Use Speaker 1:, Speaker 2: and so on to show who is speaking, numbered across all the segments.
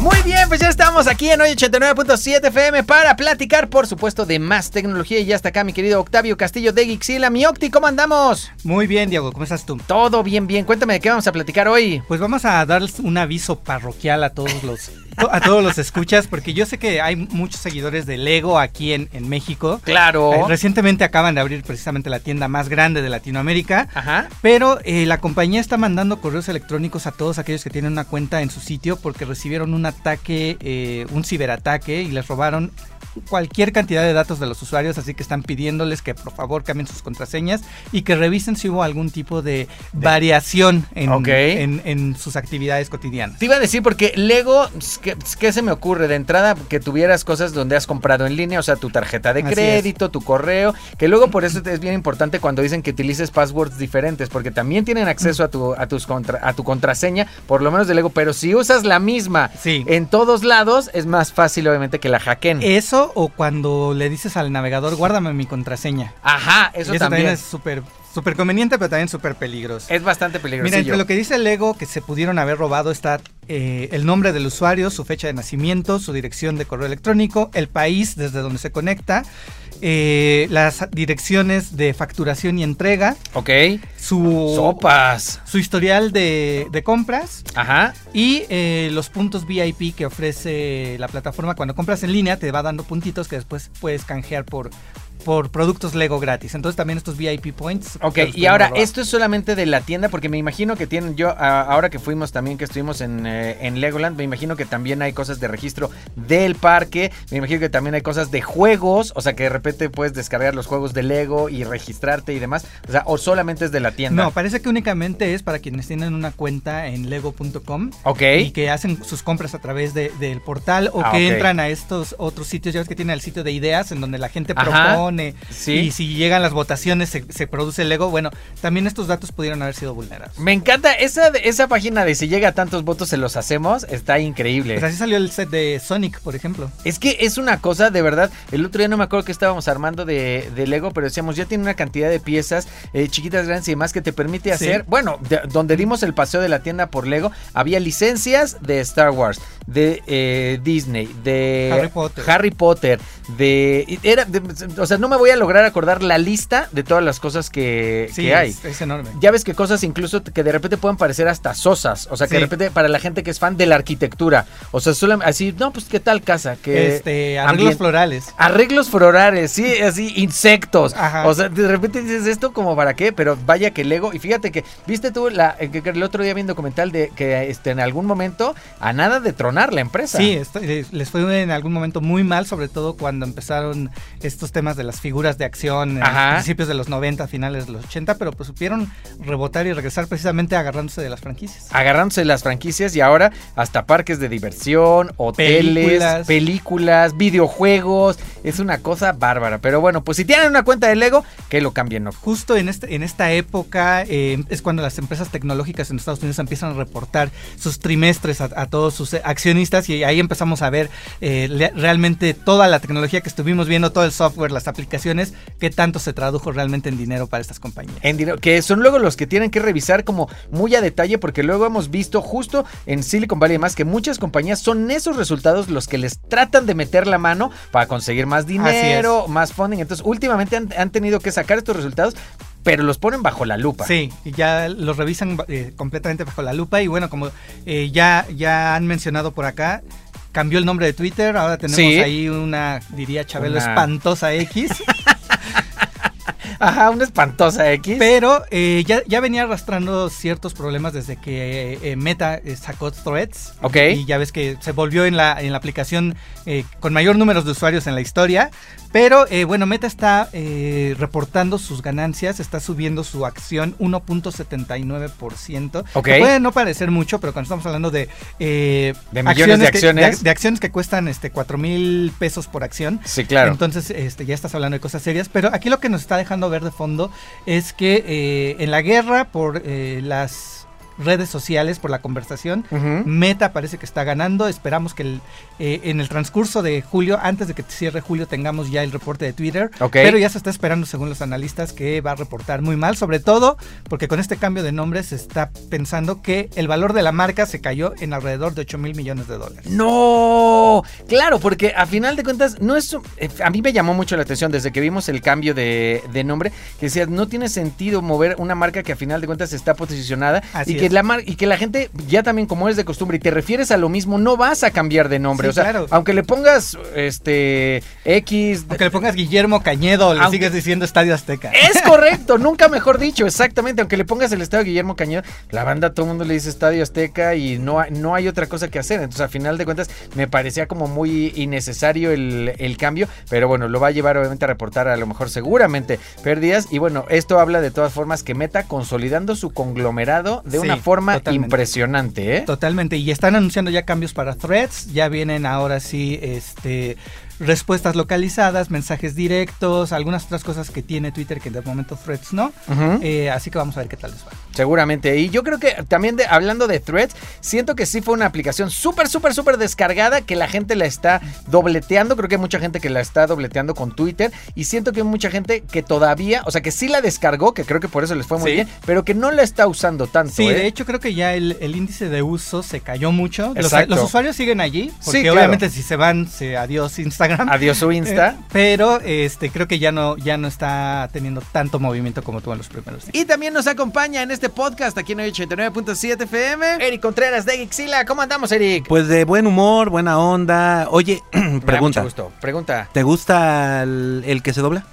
Speaker 1: Muy bien, pues ya estamos aquí en hoy 89.7 FM para platicar, por supuesto, de más tecnología. Y ya está acá mi querido Octavio Castillo de Gixila. Mi Octi, ¿cómo andamos?
Speaker 2: Muy bien, Diego, ¿cómo estás tú?
Speaker 1: Todo bien, bien. Cuéntame de qué vamos a platicar hoy.
Speaker 2: Pues vamos a darles un aviso parroquial a todos los to- a todos los escuchas, porque yo sé que hay muchos seguidores de Lego aquí en, en México. Eh,
Speaker 1: Claro.
Speaker 2: Recientemente acaban de abrir precisamente la tienda más grande de Latinoamérica,
Speaker 1: Ajá.
Speaker 2: pero eh, la compañía está mandando correos electrónicos a todos aquellos que tienen una cuenta en su sitio porque recibieron un ataque, eh, un ciberataque y les robaron cualquier cantidad de datos de los usuarios, así que están pidiéndoles que por favor cambien sus contraseñas y que revisen si hubo algún tipo de, variación en,
Speaker 1: Ok.
Speaker 2: en- en sus actividades cotidianas.
Speaker 1: Te iba a decir porque Lego, es que- es ¿qué se me ocurre? De entrada, que tuvieras cosas donde has comprado en línea, o sea, tu tarjeta de
Speaker 2: Así es.
Speaker 1: crédito, tu correo, que luego por eso es bien importante cuando dicen que utilices passwords diferentes, porque también tienen acceso a tu, a tus contra- a tu contraseña, por lo menos de Lego, pero si usas la misma
Speaker 2: Sí. Eh,
Speaker 1: en todos lados, es más fácil obviamente que la hackeen.
Speaker 2: Eso o cuando le dices al navegador, guárdame mi contraseña.
Speaker 1: Ajá, eso,
Speaker 2: Y
Speaker 1: también.
Speaker 2: es
Speaker 1: es...
Speaker 2: súper súper conveniente, pero también súper peligroso.
Speaker 1: bastante peligroso.
Speaker 2: Mira, entre lo que dice Lego que se pudieron haber robado está eh, el nombre del usuario, su fecha de nacimiento, su dirección de correo electrónico, el país desde donde se conecta, eh, las direcciones de facturación y entrega,
Speaker 1: Ok.
Speaker 2: su,
Speaker 1: Sopas.
Speaker 2: su historial de, de compras
Speaker 1: Ajá.
Speaker 2: y eh, los puntos VIP que ofrece la plataforma. Cuando compras en línea te va dando puntitos que después puedes canjear por, por productos Lego gratis. Entonces también estos VIP points.
Speaker 1: Ok,
Speaker 2: los
Speaker 1: y
Speaker 2: pueden
Speaker 1: ahora,
Speaker 2: robar.
Speaker 1: esto es solamente de la tienda, porque me imagino que tienen, yo a- ahora que fuimos también, que estuvimos en, eh, en Legoland, me imagino que también hay cosas de registro del parque, me imagino que también hay cosas de juegos, o sea, que de repente puedes descargar los juegos de Lego y registrarte y demás, o sea, o solamente es de la tienda.
Speaker 2: No, parece que únicamente es para quienes tienen una cuenta en lego.com
Speaker 1: Ok,
Speaker 2: y que hacen sus compras a través de- del portal o
Speaker 1: Ah,
Speaker 2: que
Speaker 1: ok.
Speaker 2: entran a estos otros sitios, ya ves que tienen el sitio de ideas en donde la gente
Speaker 1: Ajá,
Speaker 2: propone
Speaker 1: sí.
Speaker 2: y si llegan las votaciones se, se produce el Lego. Bueno, también estos datos pudieron haber sido vulnerados.
Speaker 1: Me encanta esa, esa página de si llega a tantos votos se los hacemos, está increíble.
Speaker 2: Pues así salió el set de Sonic, por ejemplo.
Speaker 1: Es que es una cosa, de verdad, el otro día no me acuerdo que estábamos armando de, de Lego, pero decíamos, ya tiene una cantidad de piezas eh, chiquitas, grandes y demás que te permite
Speaker 2: Sí.
Speaker 1: hacer, bueno, de- donde dimos el paseo de la tienda por Lego, había licencias de Star Wars, de eh, Disney, de
Speaker 2: Harry Potter.
Speaker 1: Harry Potter, de, era, de- O sea, no me voy a lograr acordar la lista de todas las cosas que,
Speaker 2: Sí,
Speaker 1: que hay.
Speaker 2: Es, es enorme.
Speaker 1: Ya ves que cosas incluso que de repente pueden parecer hasta sosas. O sea, que de
Speaker 2: Sí.
Speaker 1: repente para la gente que es fan de la arquitectura. O sea, solo así, no, pues qué tal casa. Que
Speaker 2: este, arreglos
Speaker 1: ambien-
Speaker 2: florales.
Speaker 1: Arreglos florales, sí, así, insectos.
Speaker 2: Ajá.
Speaker 1: O sea, de repente dices esto como para qué, pero vaya que Lego. Y fíjate que, viste tú la, el, que- que el otro día vi un documental de que este, en algún momento a nada de tronar la empresa.
Speaker 2: Sí, esto- les les fue en algún momento muy mal, sobre todo cuando empezaron estos temas de las figuras de acción
Speaker 1: Ajá.
Speaker 2: a principios de los 90, finales de los 80, pero pues supieron rebotar y regresar precisamente agarrándose de las franquicias.
Speaker 1: agarrándose las franquicias y ahora hasta parques de diversión, hoteles, películas,
Speaker 2: Películas.
Speaker 1: videojuegos. Es una cosa bárbara. Pero bueno, pues si tienen una cuenta de Lego, que lo cambien. ¿no?
Speaker 2: Justo en, este, en esta época eh, es cuando las empresas tecnológicas en Estados Unidos empiezan a reportar sus trimestres a, a todos sus eh, accionistas y ahí empezamos a ver eh, le- realmente toda la tecnología que estuvimos viendo, todo el software, las aplicaciones, qué tanto se tradujo realmente en dinero para estas compañías.
Speaker 1: En dinero, que son luego los que tienen que revisar como muy a detalle porque luego hemos visto justo en Silicon Valley y demás que muchas compañías son esos resultados los que les tratan de meter la mano para conseguir más dinero, más funding. Entonces últimamente han, han tenido que sacar estos resultados, pero los ponen bajo la lupa.
Speaker 2: Sí, y ya los revisan eh, completamente bajo la lupa y bueno, como eh, ya, ya han mencionado por acá, cambió el nombre de Twitter, ahora tenemos
Speaker 1: Sí.
Speaker 2: ahí una, diría Chabelo,
Speaker 1: Una-
Speaker 2: espantosa X,
Speaker 1: Ajá, una espantosa X.
Speaker 2: pero eh, ya, ya venía arrastrando ciertos problemas desde que eh, Meta eh, sacó Threads.
Speaker 1: Ok.
Speaker 2: Y ya ves que se volvió en la, en la aplicación eh, con mayor número de usuarios en la historia, Pero eh, bueno, Meta está eh, reportando sus ganancias, está subiendo su acción 1.79%.
Speaker 1: Ok.
Speaker 2: Que Puede no parecer mucho, pero cuando estamos hablando de... eh,
Speaker 1: De millones de
Speaker 2: que-
Speaker 1: acciones.
Speaker 2: de, de acciones que cuestan este, 4 mil pesos por acción.
Speaker 1: Sí, claro.
Speaker 2: Entonces, este, ya estás hablando de cosas serias, pero aquí lo que nos está dejando ver de fondo es que eh, en la guerra por eh, las redes sociales, por la conversación,
Speaker 1: Ujú.
Speaker 2: Meta parece que está ganando. Esperamos que el, eh, en el transcurso de julio, antes de que cierre julio, tengamos ya el reporte de Twitter.
Speaker 1: Ok.
Speaker 2: Pero ya se está esperando, según los analistas, que va a reportar muy mal, sobre todo porque con este cambio de nombre se está pensando que el valor de la marca se cayó en alrededor de 8 mil millones de dólares.
Speaker 1: No, claro, porque a final de cuentas no es un- eh, a mí me llamó mucho la atención desde que vimos el cambio de, de nombre que decía no tiene sentido mover una marca que a final de cuentas está posicionada
Speaker 2: Así
Speaker 1: y que
Speaker 2: es.
Speaker 1: la mar- y que la gente ya también como es de costumbre y te refieres a lo mismo no vas a cambiar de nombre,
Speaker 2: Sí,
Speaker 1: o sea,
Speaker 2: claro.
Speaker 1: aunque le pongas este X
Speaker 2: Aunque le pongas Guillermo Cañedo, le
Speaker 1: Aunque- ¡Eh!
Speaker 2: sigues diciendo Estadio Azteca.
Speaker 1: es correcto, nunca mejor dicho, exactamente. Aunque le pongas el estadio Guillermo Cañedo, la banda todo el mundo le dice estadio Azteca y no, hay- no hay otra cosa que hacer. Entonces, a final de cuentas, me parecía como muy innecesario el, el cambio, pero bueno, lo va a llevar obviamente a reportar a lo mejor seguramente pérdidas. Y bueno, esto habla de todas formas que Meta consolidando su conglomerado de
Speaker 2: Sí,
Speaker 1: una forma
Speaker 2: totalmente.
Speaker 1: impresionante, ¿eh?
Speaker 2: Totalmente, y están anunciando ya cambios para threads, ya vienen ahora sí este respuestas localizadas, mensajes directos, algunas otras cosas que tiene Twitter que de momento threads no.
Speaker 1: Ujú.
Speaker 2: Eh, así que vamos a ver qué tal les va.
Speaker 1: Seguramente. Y yo creo que también de- hablando de Threads, siento que sí fue una aplicación súper, súper, súper descargada que la gente la está dobleteando. Creo que hay mucha gente que la está dobleteando con Twitter. Y siento que hay mucha gente que todavía, o sea, que sí la descargó, que creo que por eso les fue muy
Speaker 2: Sí.
Speaker 1: bien, pero que no la está usando tanto.
Speaker 2: Sí,
Speaker 1: ¿eh?
Speaker 2: de hecho creo que ya el, el índice de uso se cayó mucho. Los,
Speaker 1: Exacto.
Speaker 2: los usuarios siguen allí, porque
Speaker 1: Sí, claro.
Speaker 2: obviamente si se van, se adiós Instagram.
Speaker 1: Adiós su Insta.
Speaker 2: Eh, pero este creo que ya no ya no está teniendo tanto movimiento como tuvo en los primeros días.
Speaker 1: Y también nos acompaña en este podcast aquí en 89.7 FM, Eric Contreras de Gixila. ¿Cómo andamos, Eric?
Speaker 3: Pues de buen humor, buena onda. Oye,
Speaker 1: Me da mucho
Speaker 3: pregunta.
Speaker 1: gusto. Pregunta.
Speaker 3: ¿Te gusta el, el que se dobla?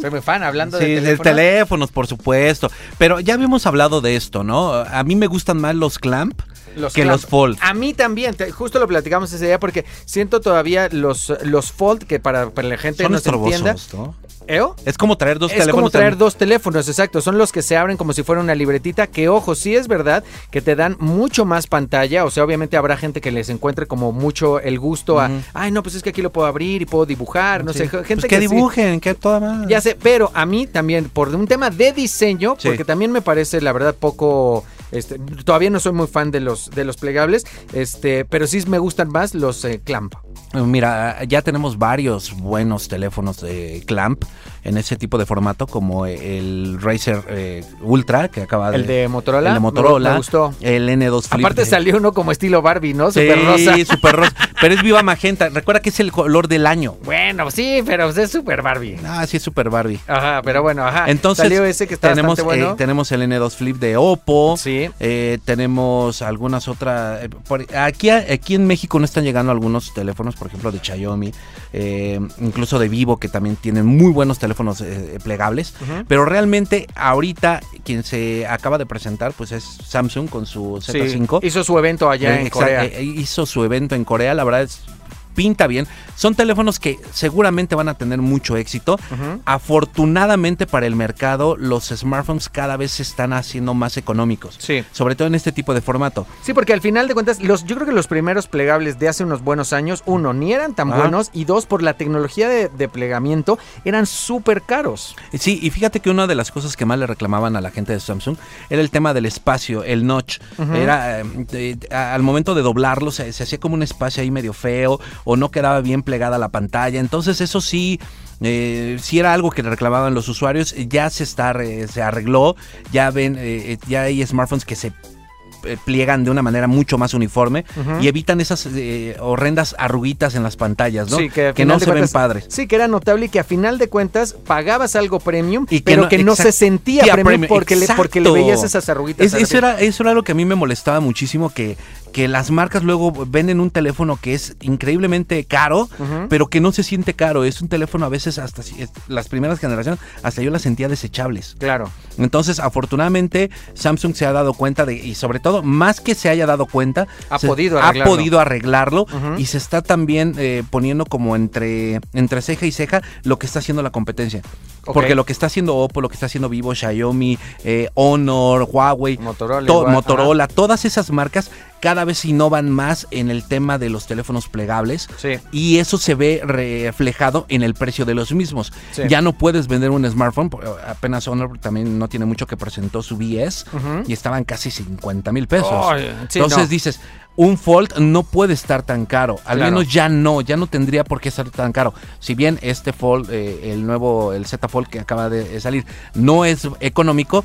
Speaker 1: Soy muy fan hablando
Speaker 3: Sí,
Speaker 1: de
Speaker 3: de
Speaker 1: teléfonos.
Speaker 3: teléfonos, por supuesto. Pero ya habíamos hablado de esto, ¿no? A mí me gustan más los clamp que
Speaker 1: clamp.
Speaker 3: los fold.
Speaker 1: A mí también, te- justo lo platicamos ese día porque siento todavía los, los fold que para, para la gente
Speaker 3: Son
Speaker 1: nos entienda.
Speaker 3: estorbosos, ¿no?
Speaker 1: ¿Eo?
Speaker 3: Es como traer dos
Speaker 1: es
Speaker 3: teléfonos.
Speaker 1: como traer
Speaker 3: al-
Speaker 1: dos teléfonos, exacto. Son los que se abren como si fuera una libretita. Que ojo, sí es verdad que te dan mucho más pantalla. O sea, obviamente habrá gente que les encuentre como mucho el gusto a,
Speaker 3: Ujú.
Speaker 1: ay, no, pues es que aquí lo puedo abrir y puedo dibujar. No
Speaker 3: Sí.
Speaker 1: sé,
Speaker 3: Pues
Speaker 1: gente
Speaker 3: que,
Speaker 1: que sí-
Speaker 3: dibujen, que toda madre.
Speaker 1: ya sé, pero a mí también, por un tema de diseño,
Speaker 3: Sí.
Speaker 1: porque también me parece, la verdad, poco. Este, todavía no soy muy fan de los, de los plegables, este, pero sí me gustan más los eh, clamp.
Speaker 3: Mira, ya tenemos varios buenos teléfonos de clamp en ese tipo de formato, como el Razer eh, Ultra que acaba de.
Speaker 1: El de Motorola.
Speaker 3: El de
Speaker 1: me-
Speaker 3: Motorola.
Speaker 1: Me, gustó.
Speaker 3: El N2 Flip.
Speaker 1: Aparte
Speaker 3: de-
Speaker 1: salió uno como estilo Barbie, ¿no? Super
Speaker 3: sí,
Speaker 1: rosa.
Speaker 3: super rosa. Pero es viva magenta. Recuerda que es el color del año.
Speaker 1: Bueno, sí, pero es super Barbie.
Speaker 3: Ah, sí, es super Barbie.
Speaker 1: Ajá, pero bueno, ajá.
Speaker 3: Entonces,
Speaker 1: Ah, salió ese que está
Speaker 3: tenemos,
Speaker 1: bastante bueno.
Speaker 3: eh, tenemos el N2 Flip de Oppo.
Speaker 1: sí.
Speaker 3: eh, tenemos algunas otras. eh, por- aquí, aquí en México no están llegando algunos teléfonos, por ejemplo, de Xiaomi, eh, incluso de Vivo, que también tienen muy buenos teléfonos eh, plegables.
Speaker 1: Ujú.
Speaker 3: Pero realmente, ahorita, quien se acaba de presentar, pues es Samsung con su
Speaker 1: Sí,
Speaker 3: Z5.
Speaker 1: Hizo su evento allá
Speaker 3: Eh,
Speaker 1: en
Speaker 3: exa-
Speaker 1: Corea.
Speaker 3: eh, hizo su evento en Corea, la verdad es pinta bien. Son teléfonos que seguramente van a tener mucho éxito.
Speaker 1: Ujú.
Speaker 3: Afortunadamente para el mercado, los smartphones cada vez se están haciendo más económicos.
Speaker 1: Sí.
Speaker 3: Sobre todo en este tipo de formato.
Speaker 1: Sí, porque al final de cuentas, los, yo creo que los primeros plegables de hace unos buenos años, uno, ni eran tan
Speaker 3: Ajá.
Speaker 1: buenos, y dos, por la tecnología de, de plegamiento, eran súper caros.
Speaker 3: Eh, Sí, y fíjate que una de las cosas que más le reclamaban a la gente de Samsung era el tema del espacio, el notch.
Speaker 1: Ujú.
Speaker 3: Era eh, eh, a- al momento de doblarlo se, se hacía como un espacio ahí medio feo o no quedaba bien plegada la pantalla. Entonces eso sí, eh, sí era algo que le reclamaban los usuarios. Eh, Ya se está arre- se arregló. Ya ven, eh, eh, ya hay smartphones que se eh, pliegan de una manera mucho más uniforme
Speaker 1: Ujú.
Speaker 3: y evitan esas eh, horrendas arruguitas en las pantallas, ¿no?
Speaker 1: Sí, que al final
Speaker 3: no
Speaker 1: de
Speaker 3: se ven
Speaker 1: cuentas-
Speaker 3: padres.
Speaker 1: Sí, que era notable y que a final de cuentas pagabas algo premium,
Speaker 3: Y que
Speaker 1: pero
Speaker 3: no-
Speaker 1: que no
Speaker 3: exact-
Speaker 1: se sentía
Speaker 3: tía,
Speaker 1: premium,
Speaker 3: premium,
Speaker 1: porque, le, porque le
Speaker 3: exacto.
Speaker 1: veías esas arruguitas.
Speaker 3: Es- eso, era, eso era lo que a mí me molestaba muchísimo, que, que las marcas luego venden un teléfono que es increíblemente caro,
Speaker 1: Ujú.
Speaker 3: pero que no se siente caro. Es un teléfono a veces hasta si- es- las primeras generaciones, hasta yo las sentía desechables.
Speaker 1: Claro.
Speaker 3: Entonces, afortunadamente, Samsung se ha dado cuenta de, y sobre todo pasado, más que se haya dado cuenta,
Speaker 1: Ha
Speaker 3: se-
Speaker 1: podido
Speaker 3: ha
Speaker 1: arreglarlo.
Speaker 3: podido arreglarlo
Speaker 1: Ujú.
Speaker 3: y se está también eh, poniendo como entre, entre ceja y ceja lo que está haciendo la competencia.
Speaker 1: Ok.
Speaker 3: Porque lo que está haciendo Oppo, lo que está haciendo Vivo, Xiaomi, eh, Honor, Huawei,
Speaker 1: Motorola.
Speaker 3: to-
Speaker 1: igual.
Speaker 3: Motorola, todas esas marcas cada vez innovan más en el tema de los teléfonos plegables
Speaker 1: Ajá. Sí.
Speaker 3: y eso se ve reflejado en el precio de los mismos.
Speaker 1: Sí.
Speaker 3: Ya no puedes vender un smartphone, por- apenas Honor también no tiene mucho que presentó su BS
Speaker 1: Ujú.
Speaker 3: y estaban casi 50 mil pesos.
Speaker 1: Ay, sí,
Speaker 3: Entonces
Speaker 1: no.
Speaker 3: dices, un Fold no puede estar tan caro, al
Speaker 1: Claro.
Speaker 3: menos ya no, ya no tendría por qué estar tan caro. Si bien este Fold, eh, el nuevo, el Z Fold que acaba de salir, no es económico,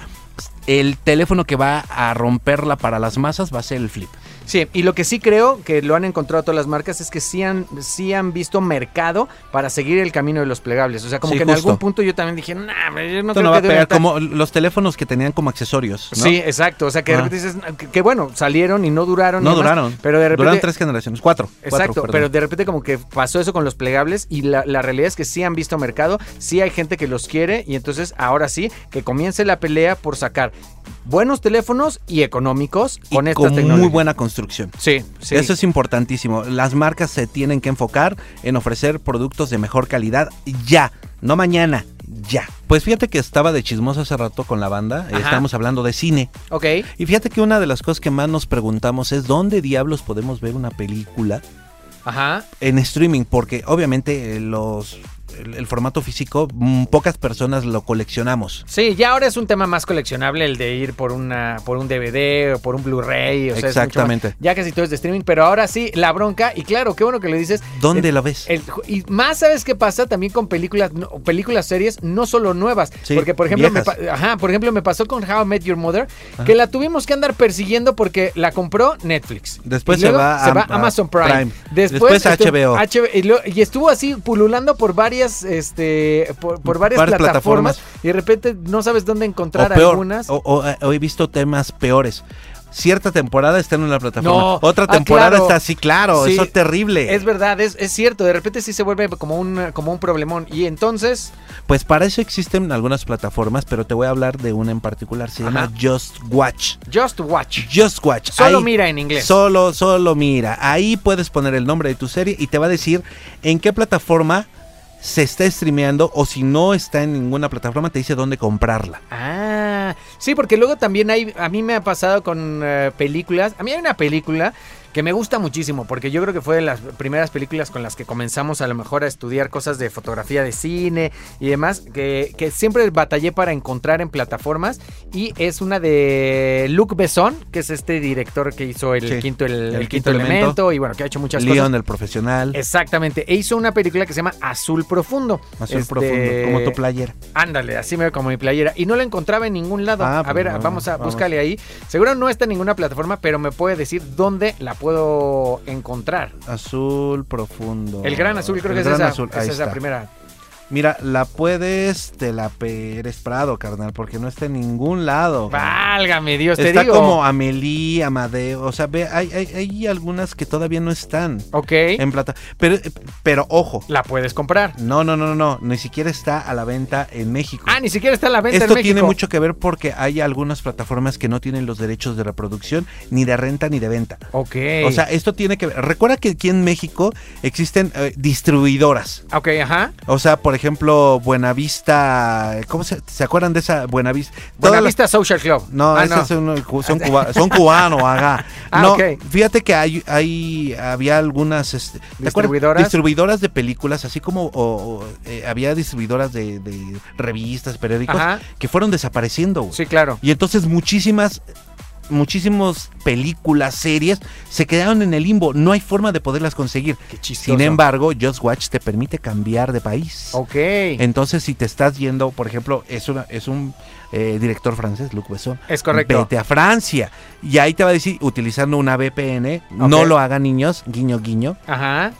Speaker 3: el teléfono que va a romperla para las masas va a ser el Flip.
Speaker 1: Sí, y lo que sí creo que lo han encontrado todas las marcas es que sí han, sí han visto mercado para seguir el camino de los plegables. O sea, como
Speaker 3: Sí,
Speaker 1: que en
Speaker 3: justo.
Speaker 1: algún punto yo también dije, nah, pero yo no
Speaker 3: Esto
Speaker 1: creo
Speaker 3: no va a
Speaker 1: que dure
Speaker 3: pegar
Speaker 1: tan-
Speaker 3: como los teléfonos que tenían como accesorios. ¿no?
Speaker 1: Sí, exacto. O sea, que de
Speaker 3: Ajá.
Speaker 1: repente dices, "Ah, que, que bueno, salieron y no duraron. y
Speaker 3: No
Speaker 1: demás",
Speaker 3: duraron.
Speaker 1: Pero de repente.
Speaker 3: Duraron tres generaciones, cuatro.
Speaker 1: Exacto,
Speaker 3: cuatro, perdón.
Speaker 1: pero de repente como que pasó eso con los plegables y la, la realidad es que sí han visto mercado, sí hay gente que los quiere y entonces ahora sí que comience la pelea por sacar buenos teléfonos y económicos
Speaker 3: Y
Speaker 1: con estas
Speaker 3: con muy
Speaker 1: tecnologías.
Speaker 3: buena construcción.
Speaker 1: Sí, sí.
Speaker 3: Eso es importantísimo. Las marcas se tienen que enfocar en ofrecer productos de mejor calidad ya, no mañana, ya. Pues fíjate que estaba de chismoso hace rato con la banda, eh,
Speaker 1: Ajá.
Speaker 3: estábamos hablando de cine.
Speaker 1: Ok.
Speaker 3: Y fíjate que una de las cosas que más nos preguntamos es dónde diablos podemos ver una película
Speaker 1: Ajá.
Speaker 3: en streaming, porque obviamente eh, los el, el formato físico mm, pocas personas lo coleccionamos.
Speaker 1: Sí, ya ahora es un tema más coleccionable el de ir por una por un DVD o por un Blu-ray. O sea, es mucho más-
Speaker 3: Exactamente.
Speaker 1: ya casi todo es de streaming, pero ahora sí, la bronca, y claro, qué bueno que lo dices.
Speaker 3: ¿Dónde
Speaker 1: el-
Speaker 3: la ves?
Speaker 1: el ju- y más sabes qué pasa también con películas, no- películas series, no solo nuevas.
Speaker 3: Sí,
Speaker 1: porque, por ejemplo, me,
Speaker 3: viejas.
Speaker 1: pa- ajá, por ejemplo, me pasó con How I Met Your Mother, que la tuvimos que andar persiguiendo porque la compró Netflix.
Speaker 3: Después
Speaker 1: Y
Speaker 3: se
Speaker 1: luego
Speaker 3: va
Speaker 1: se
Speaker 3: a-
Speaker 1: va
Speaker 3: a
Speaker 1: Amazon Prime.
Speaker 3: Prime.
Speaker 1: Después,
Speaker 3: Después a
Speaker 1: estuvo-
Speaker 3: HBO.
Speaker 1: HBO, y, lo- y estuvo así pululando por varias, este, por, por varias,
Speaker 3: Varias
Speaker 1: plataformas,
Speaker 3: plataformas.
Speaker 1: Y de repente no sabes dónde encontrar
Speaker 3: o peor,
Speaker 1: algunas.
Speaker 3: O, o- o he visto temas peores. Cierta temporada está en una plataforma.
Speaker 1: No,
Speaker 3: Otra
Speaker 1: ah,
Speaker 3: temporada
Speaker 1: claro.
Speaker 3: está así, claro.
Speaker 1: Sí.
Speaker 3: Eso es terrible.
Speaker 1: Es verdad, es, es cierto, de repente sí se vuelve como un, como un problemón. Y entonces,
Speaker 3: Pues para eso existen algunas plataformas, pero te voy a hablar de una en particular. Se
Speaker 1: Ajá.
Speaker 3: llama Just Watch.
Speaker 1: just watch.
Speaker 3: Just Watch.
Speaker 1: Solo
Speaker 3: Ahí-
Speaker 1: mira en inglés.
Speaker 3: Solo, solo mira. Ahí puedes poner el nombre de tu serie y te va a decir en qué plataforma se está streameando o si no está en ninguna plataforma, te dice dónde comprarla.
Speaker 1: Ah, sí, porque luego también hay, a mí me ha pasado con eh, películas, a mí hay una película que me gusta muchísimo, porque yo creo que fue de las primeras películas con las que comenzamos a lo mejor a estudiar cosas de fotografía de cine y demás, que, que siempre batallé para encontrar en plataformas, y es una de Luc Besson, que es este director que hizo el
Speaker 3: Sí,
Speaker 1: quinto, el, el quinto,
Speaker 3: El Quinto
Speaker 1: elemento,
Speaker 3: Elemento,
Speaker 1: y bueno, que ha hecho muchas
Speaker 3: Leon,
Speaker 1: cosas.
Speaker 3: el profesional.
Speaker 1: Exactamente, e hizo una película que se llama Azul Profundo.
Speaker 3: Azul
Speaker 1: Este,
Speaker 3: profundo, como tu player.
Speaker 1: Ándale, así me veo como mi playera. Y no la encontraba en ningún lado.
Speaker 3: Ah,
Speaker 1: a
Speaker 3: pues
Speaker 1: ver,
Speaker 3: no,
Speaker 1: vamos a
Speaker 3: vamos.
Speaker 1: búscale ahí. Seguro no está en ninguna plataforma, pero me puede decir dónde la puedo encontrar.
Speaker 3: Azul profundo.
Speaker 1: El gran azul, creo
Speaker 3: El
Speaker 1: que es
Speaker 3: Gran
Speaker 1: esa,
Speaker 3: Azul,
Speaker 1: esa
Speaker 3: ahí
Speaker 1: es la
Speaker 3: está.
Speaker 1: primera.
Speaker 3: Mira, la puedes, te la Pérez Prado, carnal, porque no está en ningún lado.
Speaker 1: Válgame Dios, Ah, pues te
Speaker 3: está
Speaker 1: digo.
Speaker 3: como Amelie, Amadeo, o sea, ve, hay, hay, hay algunas que todavía no están
Speaker 1: Ok,
Speaker 3: en plata. Pero, eh, pero ojo,
Speaker 1: la puedes comprar.
Speaker 3: no, no, no, no, no, ni siquiera está a la venta en México.
Speaker 1: Ah, ni siquiera está a la venta
Speaker 3: Esto
Speaker 1: en México.
Speaker 3: tiene mucho que ver porque hay algunas plataformas que no tienen los derechos de reproducción, ni de renta, ni de venta.
Speaker 1: Ok.
Speaker 3: O sea, esto tiene que ver. Recuerda que aquí en México existen eh, distribuidoras.
Speaker 1: ok, ajá.
Speaker 3: O sea, por ejemplo, Buenavista. ¿Cómo se, ¿se acuerdan de esa Buenavista?
Speaker 1: Buena
Speaker 3: Todas las-
Speaker 1: Vista Social Club.
Speaker 3: no,
Speaker 1: Ah,
Speaker 3: esas son, cu- son, cuba- son cubanos, haga.
Speaker 1: Ah,
Speaker 3: no,
Speaker 1: ok.
Speaker 3: fíjate que hay, hay- había algunas este, ¿te acuerdas?
Speaker 1: ¿Distribuidoras?
Speaker 3: distribuidoras de películas, así como o- o, eh, había distribuidoras de, de revistas, periódicos,
Speaker 1: Ajá.
Speaker 3: que fueron desapareciendo. güey.
Speaker 1: Sí, claro.
Speaker 3: Y entonces muchísimas, muchísimas películas, series, se quedaron en el limbo. No hay forma de poderlas conseguir.
Speaker 1: Qué chistoso.
Speaker 3: Sin embargo, Just Watch te permite cambiar de país.
Speaker 1: Ok.
Speaker 3: Entonces, si te estás yendo, por ejemplo, es, una- es un eh, director francés, Luc Besson.
Speaker 1: Es correcto.
Speaker 3: Vete a Francia. Y ahí te va a decir, utilizando una VPN, no
Speaker 1: Ok.
Speaker 3: lo hagan niños, guiño, guiño.
Speaker 1: Ajá.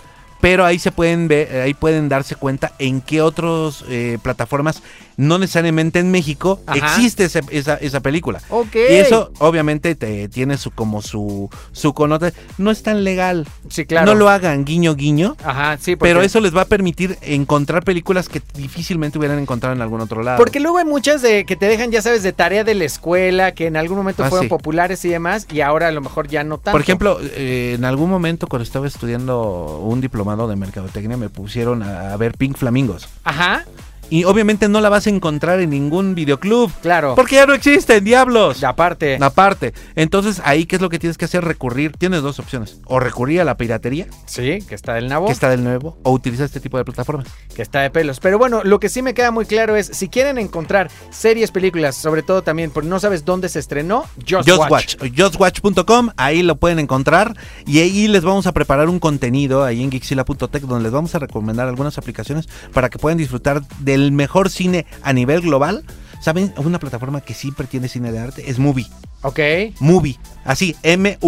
Speaker 3: pero ahí se pueden ver, eh, ahí pueden darse cuenta en qué otras plataformas, no necesariamente en México,
Speaker 1: Ajá.
Speaker 3: existe ese- esa, esa película.
Speaker 1: Ok.
Speaker 3: Y eso obviamente te tiene su como su su conota, no es tan legal.
Speaker 1: Sí, claro.
Speaker 3: No lo hagan guiño guiño,
Speaker 1: Ajá, sí, porque...
Speaker 3: pero eso les va a permitir encontrar películas que difícilmente hubieran encontrado en algún otro lado.
Speaker 1: Porque luego hay muchas de que te dejan, ya sabes, de tarea de la escuela, que en algún momento
Speaker 3: Ah,
Speaker 1: fueron
Speaker 3: sí.
Speaker 1: populares y demás, y ahora a lo mejor ya no tanto.
Speaker 3: Por ejemplo, eh, en algún momento cuando estaba estudiando un diplomado de mercadotecnia me pusieron a, a ver Pink Flamingos.
Speaker 1: Ajá,
Speaker 3: Y obviamente no la vas a encontrar en ningún videoclub.
Speaker 1: claro.
Speaker 3: Porque ya no existen, diablos.
Speaker 1: Aparte.
Speaker 3: Aparte, entonces ahí qué es lo que tienes que hacer, recurrir, tienes dos opciones, o recurrir a la piratería,
Speaker 1: Sí, que está del nabo.
Speaker 3: que está del nuevo, o utilizar este tipo de plataformas.
Speaker 1: que está de pelos. Pero bueno, lo que sí me queda muy claro es, si quieren encontrar series, películas, sobre todo también, porque no sabes dónde se estrenó, Just, Watch.
Speaker 3: Just Watch, justwatch.com, ahí lo pueden encontrar y ahí les vamos a preparar un contenido ahí en geekzilla.tech donde les vamos a recomendar algunas aplicaciones para que puedan disfrutar del mejor cine a nivel global. ¿Saben? Una plataforma que siempre tiene cine de arte es Movie.
Speaker 1: Ok.
Speaker 3: Movie. Así,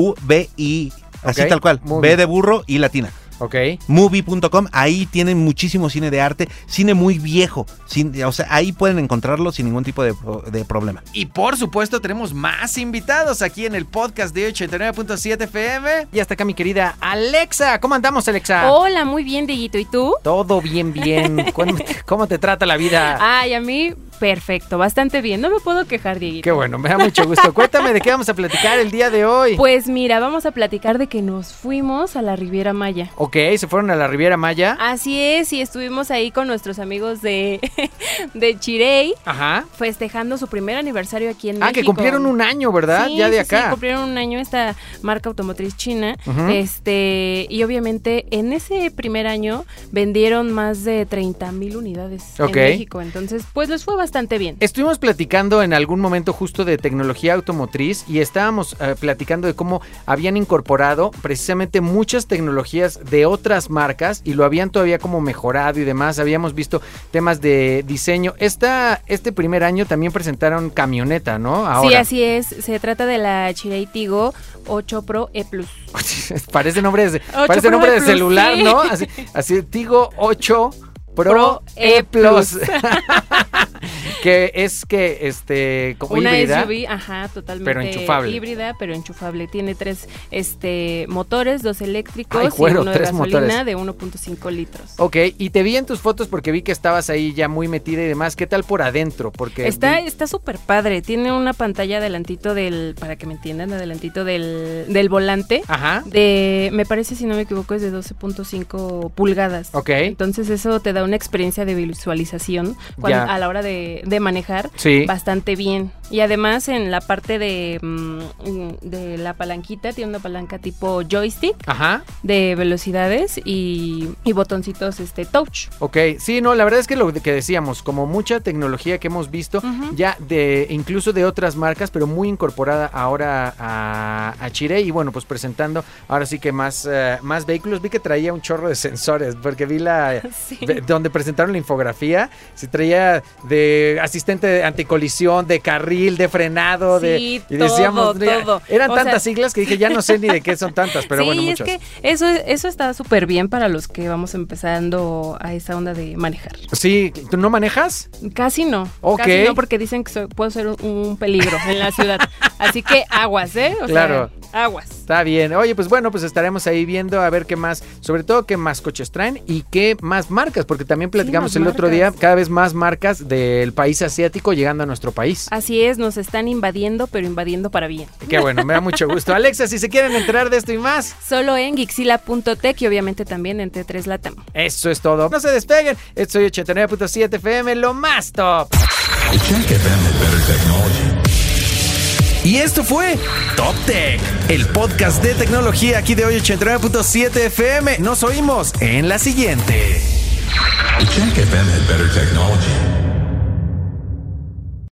Speaker 3: M-U-V-I. Así
Speaker 1: Ok,
Speaker 3: tal cual.
Speaker 1: Mubi.
Speaker 3: B de burro y latina.
Speaker 1: Ok.
Speaker 3: Movie.com, ahí tienen muchísimo cine de arte, cine muy viejo. sin- o sea, ahí pueden encontrarlo sin ningún tipo de, pro- de problema.
Speaker 4: Y por supuesto tenemos más invitados aquí en el podcast de 89.7 FM.
Speaker 1: Y hasta acá mi querida Alexa. ¿Cómo andamos, Alexa?
Speaker 5: Hola, muy bien, Dieguito. ¿Y tú?
Speaker 1: Todo bien, bien. ¿Cómo te, cómo te trata la vida?
Speaker 5: Ay, a mí, perfecto, bastante bien. No me puedo quejar, Dieguito.
Speaker 1: Qué bueno, me da mucho gusto. Cuéntame de qué vamos a platicar el día de hoy.
Speaker 5: Pues mira, vamos a platicar de que nos fuimos a la Riviera Maya.
Speaker 1: Ok, se fueron a la Riviera Maya.
Speaker 5: Así es, y estuvimos ahí con nuestros amigos de, de Chirey
Speaker 1: Ajá.
Speaker 5: festejando su primer aniversario aquí en
Speaker 1: Ah,
Speaker 5: México.
Speaker 1: que cumplieron un año, ¿verdad?
Speaker 5: Sí,
Speaker 1: ya de
Speaker 5: sí, sí,
Speaker 1: acá.
Speaker 5: cumplieron un año esta marca automotriz china.
Speaker 1: Ujú.
Speaker 5: Este, y obviamente en ese primer año vendieron más de 30 mil unidades
Speaker 1: Ok.
Speaker 5: en México. Entonces, pues les fue bastante bien.
Speaker 1: Estuvimos platicando en algún momento justo de tecnología automotriz y estábamos eh, platicando de cómo habían incorporado precisamente muchas tecnologías de otras marcas y lo habían todavía como mejorado y demás. Habíamos visto temas de diseño. Esta, este primer año también presentaron camioneta, ¿no?
Speaker 5: Sí,
Speaker 1: Ahora.
Speaker 5: así es. Se trata de la Chirei Tigo 8 Pro E Plus.
Speaker 1: parece nombre de,
Speaker 5: Ocho
Speaker 1: parece
Speaker 5: Pro
Speaker 1: nombre
Speaker 5: E
Speaker 1: de
Speaker 5: Plus,
Speaker 1: celular,
Speaker 5: sí.
Speaker 1: ¿no? Así, así digo 8 Pro,
Speaker 5: Pro
Speaker 1: E
Speaker 5: E
Speaker 1: Plus. que es que este como
Speaker 5: Una
Speaker 1: híbrida.
Speaker 5: SUV, ajá, totalmente
Speaker 1: pero enchufable.
Speaker 5: híbrida, pero enchufable. Tiene tres este, motores, dos eléctricos
Speaker 1: Ay, güero,
Speaker 5: y uno de
Speaker 1: tres
Speaker 5: gasolina
Speaker 1: motores.
Speaker 5: de 1.5 litros.
Speaker 1: Ok, y te vi en tus fotos porque vi que estabas ahí ya muy metida y demás. ¿Qué tal por adentro? Porque
Speaker 5: Está
Speaker 1: vi-
Speaker 5: está súper padre. Tiene una pantalla adelantito del, para que me entiendan, adelantito del, del volante.
Speaker 1: Ajá.
Speaker 5: De, me parece, si no me equivoco, es de 12.5 pulgadas.
Speaker 1: Ok.
Speaker 5: Entonces eso te da una experiencia de visualización cuando-
Speaker 1: Ya.
Speaker 5: a la hora de, de manejar.
Speaker 1: Sí.
Speaker 5: bastante bien. Y además en la parte de, mm, de la palanquita, tiene una palanca tipo joystick
Speaker 1: Ajá.
Speaker 5: de velocidades y, y botoncitos este touch.
Speaker 1: Ok, sí, no, la verdad es que lo que decíamos, como mucha tecnología que hemos visto,
Speaker 5: Ujú.
Speaker 1: ya de incluso de otras marcas, pero muy incorporada ahora a, a Chile y bueno, pues presentando ahora sí que más, eh, más vehículos, vi que traía un chorro de sensores, porque vi la...
Speaker 5: Sí.
Speaker 1: ve- Donde presentaron la infografía, se traía de asistente de anticolisión, de carril, de frenado, de.
Speaker 5: Sí,
Speaker 1: y
Speaker 5: todo,
Speaker 1: ya-
Speaker 5: todo.
Speaker 1: Eran
Speaker 5: O sea-
Speaker 1: tantas siglas que dije, ya no sé ni de qué son tantas, pero
Speaker 5: sí,
Speaker 1: bueno,
Speaker 5: es
Speaker 1: muchas.
Speaker 5: que eso, eso está súper bien para los que vamos empezando a esa onda de manejar.
Speaker 1: Sí, ¿tú no manejas?
Speaker 5: Casi no.
Speaker 1: Ok.
Speaker 5: Casi no porque dicen que soy- puedo ser un, un peligro en la ciudad. Así que aguas, ¿eh? O
Speaker 1: Claro.
Speaker 5: sea, aguas.
Speaker 1: Está bien. Oye, pues bueno, pues estaremos ahí viendo a ver qué más, sobre todo qué más coches traen y qué más marcas, porque también platicamos
Speaker 5: más
Speaker 1: el otro día,
Speaker 5: marcas.
Speaker 1: cada vez más marcas del país asiático llegando a nuestro país.
Speaker 5: Así es, nos están invadiendo, pero invadiendo para bien.
Speaker 1: Qué bueno, me da mucho gusto. Alexa, si se quieren enterar de esto y más,
Speaker 5: Solo en Gixila.tech y obviamente también en T3 Latam.
Speaker 1: eso es todo. No se despeguen. Esto es 89.7 FM, lo más top.
Speaker 4: Y esto fue Top Tech, el podcast de tecnología aquí de hoy 89.7 FM. Nos oímos en la siguiente.
Speaker 6: Jack FM had better technology.